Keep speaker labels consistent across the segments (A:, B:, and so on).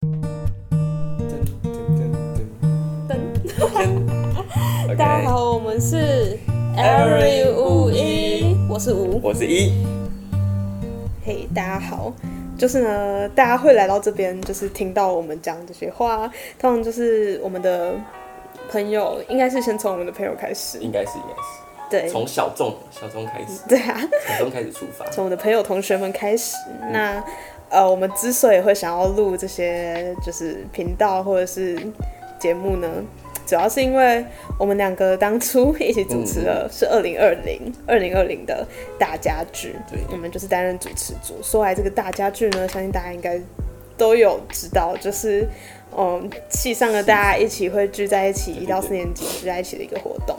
A: 们是
B: Every 五一，
A: 我是吴。
B: 我是一，
C: 嘿、大家好，就是呢，大家会来到这边，就是听到我们讲这些话，通常就是我们的朋友，应该是先从我们的朋友开始，
B: 应该是应该
C: 对
B: 是，从小众小众开始，
C: 对啊，
B: 小众开始出发，
C: 从我们的朋友同学们开始。那呃，我们之所以会想要录这些就是频道或者是节目呢，主要是因为我们两个当初 一起主持了是二零二零二零二零的大家剧，
B: 对
C: 我们就是担任主持组。说来这个大家剧呢，相信大家应该都有知道，就是。嗯，系上的大家一起会聚在一起，一到四年级聚在一起的一个活动。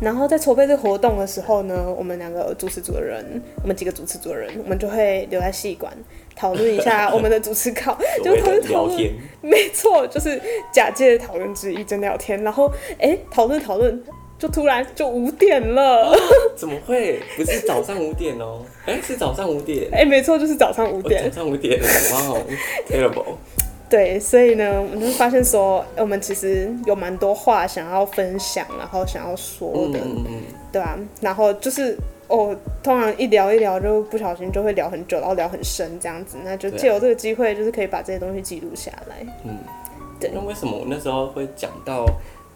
C: 然后在筹备这个活动的时候呢，我们两个主持组的人，我们几个主持组的人，我们就会留在戏馆讨论一 下我们的主持稿，
B: 所
C: 就
B: 谓
C: 讨
B: 的
C: 论讨
B: 聊
C: 论，
B: 天，
C: 没错，就是假借讨论之意真聊天，然后哎讨论讨论，就突然就五点
B: 哦
C: 了，
B: 怎么会？不是早上五点哦，哎，是早上五点，
C: 哎没错，就是早上五
B: 哦
C: 点
B: 早，上五点，哇 哦，terrible，
C: 对，所以呢，我们就发现说，我们其实有蛮多话想要分享，然后想要说
B: 嗯
C: 的，
B: 嗯嗯，
C: 对吧、然后就是哦，通常一聊一聊就不小心就会聊很久，然后聊很深这样子，那就
B: 对啊
C: 借由这个机会，就是可以把这些东西记录下来。对
B: 那为什么我那时候会讲到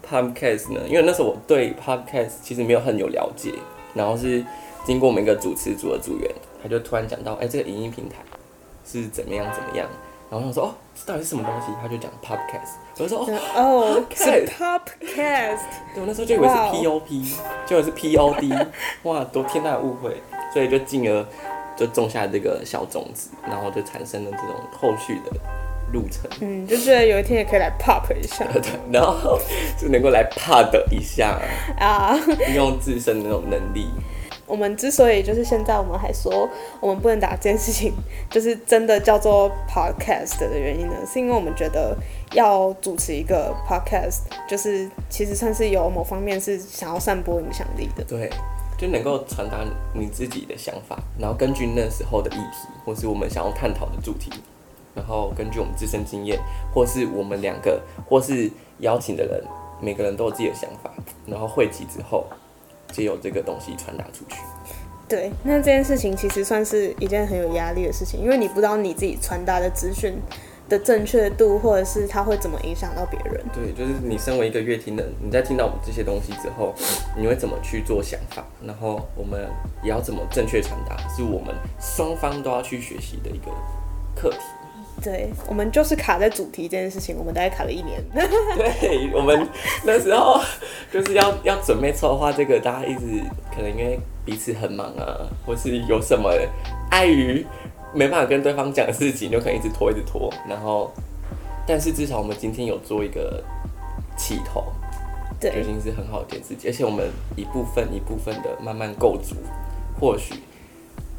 B: podcast 呢？因为那时候我对 podcast 其实没有很有了解，然后是经过我们一个主持组的组员，他就突然讲到，哎、这个影音平台是怎么样怎么样，然后我想说，哦，这到底是什么东西？他就讲 podcast，我就说，哦，
C: 那哦，是
B: Podcast
C: podcast，
B: 对，我那时候就以为是
C: 哇哦
B: POP，结果是 POD，哇，多天大的误会，所以就进而就种下这个小种子，然后就产生了这种后续的路 程。
C: 嗯，就觉得有一天也可以来 pop 一下
B: 对，然后就能够来 pad 一下，
C: 啊。
B: 运用自身的那种能力。
C: 我们之所以就是现在我们还说我们不能打这件事情，就是真的叫做 podcast 的原因呢，是因为我们觉得要主持一个 podcast，就是其实算是有某方面是想要散播影响力的。
B: 对，就能够传达你自己的想法，然后根据那时候的议题，或是我们想要探讨的主题，然后根据我们自身经验，或是我们两个，或是邀请的人，每个人都有自己的想法，然后汇集之后，借由这个东西传达出去。
C: 对，那这件事情其实算是一件很有压力的事情，因为你不知道你自己传达的资讯的正确度，或者是它会怎么影响到别人。
B: 对，就是你身为一个乐听人，你在听到我们这些东西之后，你会怎么去做想法？然后我们也要怎么正确传达，是我们双方都要去学习的一个课题。
C: 对我们就是卡在主题这件事情，我们大概卡了一年。
B: 对我们那时候就是要要准备策划这个，大家一直可能因为彼此很忙啊，或是有什么碍于没办法跟对方讲的事情，就可能一直拖一直拖。然后，但是至少我们今天有做一个起头，就已
C: 对，
B: 经是很好的一件事情。而且我们一部分一部分的慢慢构筑，或许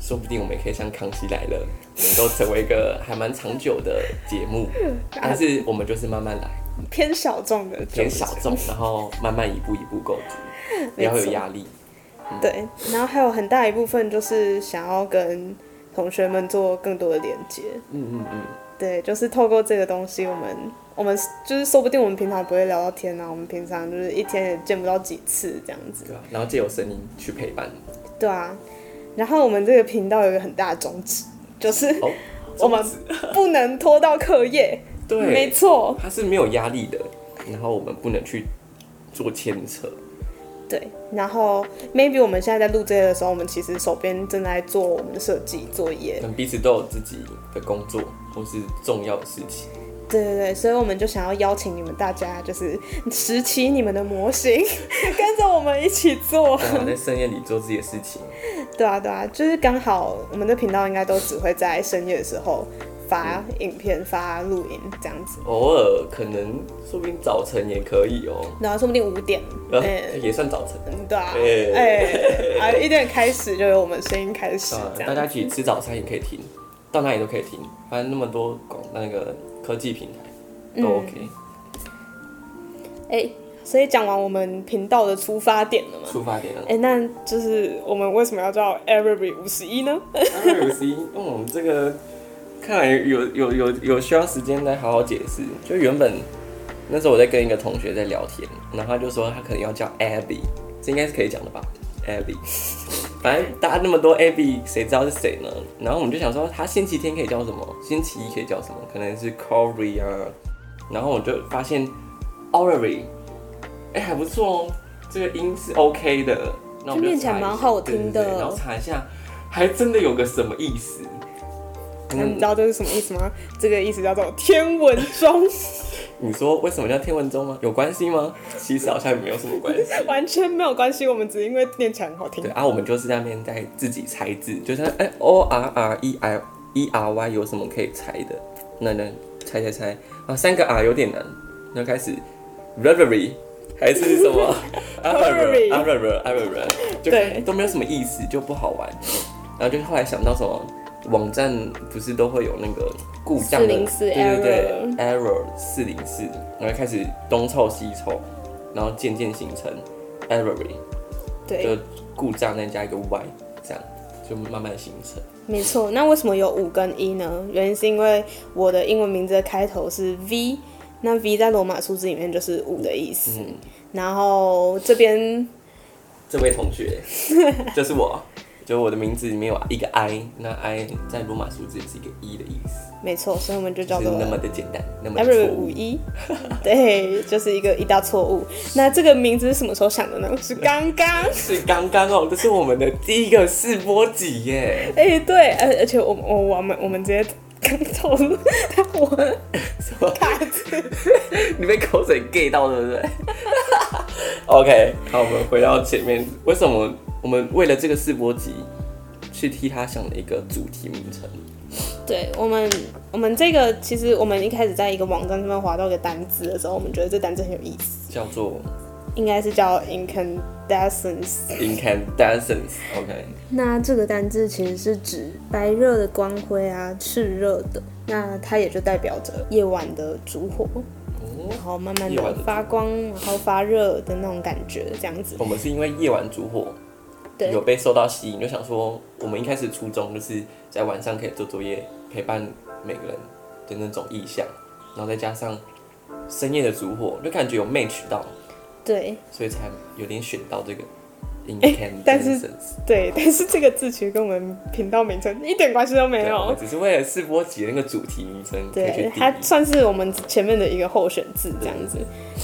B: 说不定我们也可以像《康熙来了》能够成为一个还蛮长久的节目，但是我们就是慢慢来。
C: 偏小众的，
B: 偏小众，然后慢慢一步一步构 筑，不要有压力。
C: 对，然后还有很大一部分就是想要跟同学们做更多的连接。
B: 嗯嗯嗯，
C: 对，就是透过这个东西，我们我们就是说不定我们平常不会聊到天啊，我们平常就是一天也见不到几次这样子
B: 对。吧、然后借由声音去陪伴。
C: 对啊，然后我们这个频道有一个很大的宗旨，就是
B: 哦，
C: 我们
B: 宗旨
C: 不能拖到课业。
B: 对，
C: 没，错，
B: 它是没有压力的，然后我们不能去做牵扯。
C: 对。然后 maybe 我们现在在录这个的时候，我们其实手边正在做我们的设计作业
B: 我。们彼此都有自己的工作或是重要的事情。
C: 对对对，所以我们就想要邀请你们大家，就是拾起你们的模型， 跟着我们一起做。
B: 然后在深夜里做自己的事 情，
C: 对啊对啊，就是刚好我们的频道应该都只会在深夜的时候发影片、发录音这样子，
B: 偶尔可能说不定早晨也可以哦、
C: 然啊后说不定五点，
B: 呃
C: 哎
B: 也算早晨。
C: 嗯，对啊，
B: 哎
C: 哎，啊，一点开始就有我们声音开始
B: 啊，
C: 这
B: 大家
C: 样。
B: 一起吃早餐也可以听，到哪里都可以听，反正那么多广那个科技平台
C: 嗯
B: 都 OK。
C: 哎，所以讲完我们频道的出发点了嘛？
B: 出发点了。
C: 哎，那就是我们为什么要叫 Every 五十一呢？
B: 二五十一，嗯，这个看来有有有有需要时间来好好解释。就原本那时候我在跟一个同学在聊天，然后他就说他可能要叫 Abby，这应该是可以讲的吧？Abby，反正大家那么多 Abby，谁知道是谁呢？然后我们就想说，他星期天可以叫什么？星期一可以叫什么？可能是 Corey 啊。然后我就发现 Orrery，哎、还不错哦，这个音是 OK 的。那我
C: 就
B: 就
C: 念起来
B: 查一下
C: 蛮好听的
B: 对对对然后查一下，还真的有个什么意思？嗯
C: 那嗯你知道这是什么意思吗？这个意思叫做天文钟，
B: 你说为什么叫天文钟吗？有关系吗？其实好像也没有什么关系。
C: 完全没有关系，我们只是因为念起来很好听
B: 对。啊，我们就是在那边在自己猜字，就是哎，O R R E I E R Y 有什么可以猜的？那呢，猜猜猜啊，三个 R 有点难，那开始 reverie 还是什 么啊
C: Reverie
B: r r r r 啊就
C: 对
B: 都没有什么意思，就不好玩。然后就后来想到什么网站不是都会有那个故障的，
C: 404
B: 对对对，error 四零四，然后开始东凑西凑，然后渐渐形成 errory。就
C: 对，
B: 故障再加一个 Y，这样就慢慢形成。
C: 没错。那为什么有五跟一呢？原因是因为我的英文名字的开头是 V，那 V 在罗马数字里面就是五的意思。
B: 嗯，
C: 然后这边
B: 这位同 学就是我，就我的名字里面有一个 I，那 I 在罗马数字也是一个一、的意思，
C: 没错，所以我们就叫
B: 就是
C: 做
B: 那么的简单，那么
C: e
B: 的
C: v e
B: 错
C: r y 五
B: 误。
C: 一， 对，就是一个一大错误。那这个名字是什么时候想的呢？是刚刚。
B: 是刚刚哦，这是我们的第一个试播集 耶，
C: 哎、对，而而且我们我我们我们直接刚透露他我
B: 什么？
C: 大字，
B: 你被口水 gay 到对不对 ？OK，好，我们回到前面，为什么我们为了这个试播集去替他想了一个主题名称？
C: 对我们我们这个其实我们一开始在一个网站上面划到一个单字的时候，我们觉得这单字很有意思，
B: 叫做
C: 应该是叫 incandescence。
B: incandescence，OK，、
C: 那这个单字其实是指白热的光辉啊，炽热的，那它也就代表着夜晚的烛火，
B: 哦
C: 然后慢慢
B: 夜晚
C: 的
B: 的烛火
C: 发光，然后发热的那种感觉，这样子。
B: 我们是因为夜晚烛火
C: 对
B: 哦有被受到吸引，就想说我们一开始初衷就是在晚上可以做作业，陪伴每个人的那种意向，然后再加上深夜的烛火，就感觉有 match 到，
C: 对
B: 所以才有点选到这个 incandescence。
C: 哎但是对， 但是这个字其实跟我们频道名称一点关系都没
B: 对我
C: 有
B: 们。只是为了试播集的那个主题名称哦可以去
C: 对，
B: 定
C: 它
B: 义。
C: 算是我们前面的一个候选字这样子。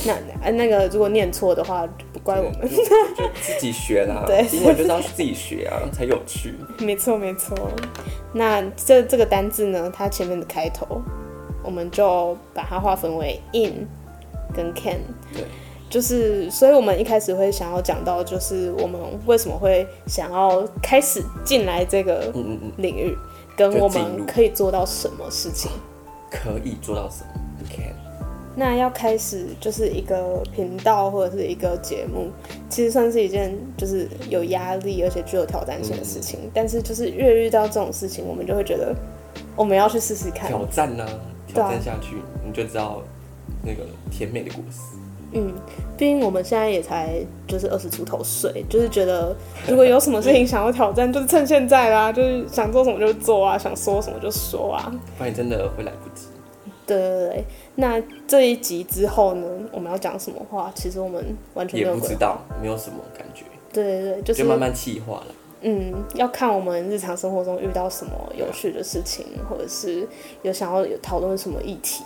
C: 那呃那个如果念错的话，不怪我们。，
B: 对就就自己学啦
C: 对
B: 英文就是要自己学啊，才有趣。
C: 没错没错。那这这个单字呢，它前面的开头，我们就把它划分为 in 跟 can。
B: 对，
C: 就是，所以我们一开始会想要讲到，就是我们为什么会想要开始进来这个
B: 嗯嗯嗯，
C: 领域，跟
B: 就
C: 我
B: 进入
C: 们可以做到什么事情。
B: 可以做到什么？Can。
C: 那要开始就是一个频道或者是一个节目，其实算是一件就是有压力而且具有挑战性的事情。
B: 嗯
C: 但是就是越遇到这种事情，我们就会觉得我们要去试试看。
B: 挑战呢、
C: 对啊
B: 挑战下去、你就知道那个甜美的果实。
C: 嗯，毕竟我们现在也才就是二十出头岁，就是觉得如果有什么事情想要挑战，就是趁现 在啦，就是想做什么就做啊，想说什么就说啊。
B: 不然你真的会来不及。
C: 对对对，那这一集之后呢，我们要讲什么话？其实我们完全没
B: 也
C: 有
B: 不
C: 规
B: 知
C: 划。
B: 道，没有什么感觉，
C: 对对对，就是
B: 就慢慢气化了。
C: 嗯，要看我们日常生活中遇到什么有趣的事情，或者是有想要有讨论什么议题，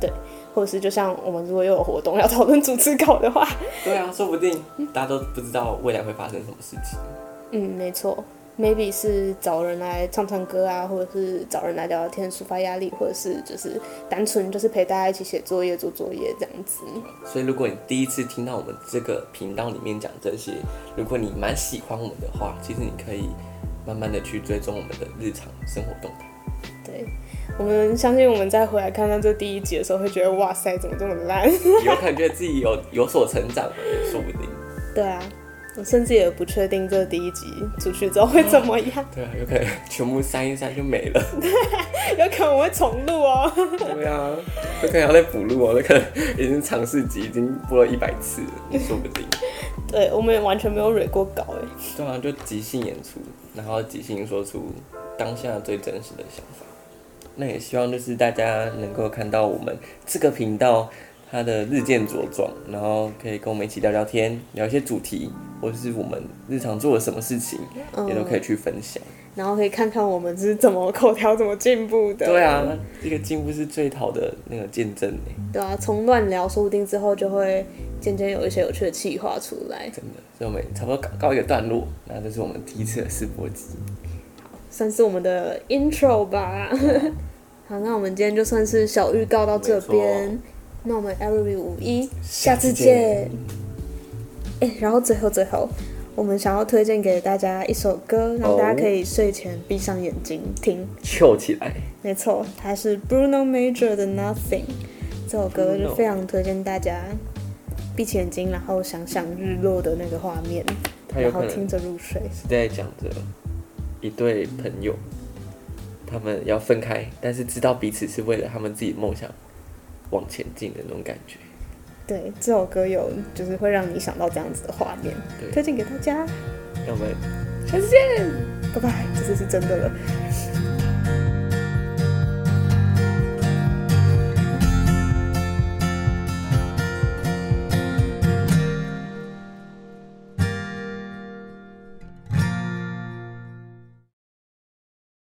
C: 对，或者是就像我们如果又有活动要讨论主持稿的话，
B: 对啊，说不定大家都不知道未来会发生什么事情。
C: 嗯，没错，maybe 是找人来唱唱歌啊，或者是找人来聊聊天抒发压力，或者是就是单纯就是陪大家一起写作业、做作业这样子。
B: 所以，如果你第一次听到我们这个频道里面讲这些，如果你蛮喜欢我们的话，其实你可以慢慢的去追踪我们的日常生活动 态。
C: 对，我们相信我们再回来看到这第一集的时候，会觉得哇塞，怎么这么烂？
B: 以后可能觉得自己有有所成长，说不定。
C: 对啊，我甚至也不确定这第一集出去之后会怎么样，
B: 对啊，有可能全部删一删就没了。
C: 有可能我会重录哦。
B: 对啊，这可能要再补录哦，这可能已经尝试集已经播了一百次了，也说不定。
C: 对，我们也完全没有蕊过稿哎。
B: 对啊，就即兴演出，然后即兴说出当下最真实的想法。那也希望就是大家能够看到我们这个频道他的日渐茁壮，然后可以跟我们一起聊聊天，聊一些主题，或是我们日常做了什么事情，
C: 嗯
B: 也都可以去分享。
C: 然后可以看看我们是怎么口条怎么进步的。
B: 对啊，这个进步是最好的那个见证欸
C: 对啊，从乱聊，说不定之后就会渐渐有一些有趣的企划出来，
B: 真的。所以我们差不多告告一个段落，那这是我们第一次的试播集。
C: 算是我们的 intro 吧。 好，那我们今天就算是小预告到这
B: 没
C: 边
B: 错。
C: 那我们 every 五一
B: 下
C: 下次
B: 次
C: 见
B: 见。
C: 哎、然后最后最后，我们想要推荐给大家一首歌，让大家可以睡前闭上眼睛听。
B: 翘起来，
C: 没错，它是 Bruno Major 的 Nothing，这首歌就
B: Bruno
C: 非常推荐大家闭起眼睛，然后想想日落的那个画面，
B: 他有
C: 然
B: 可
C: 后
B: 能
C: 听着入睡。
B: 是在讲着一对朋友，他们要分开，但是知道彼此是为了他们自己梦想往前进的那种感觉。
C: 对，这首歌有就是会让你想到这样子的画面，
B: 对
C: 推荐给大家。
B: 那我们
C: 下次见，拜拜，这次是真的了。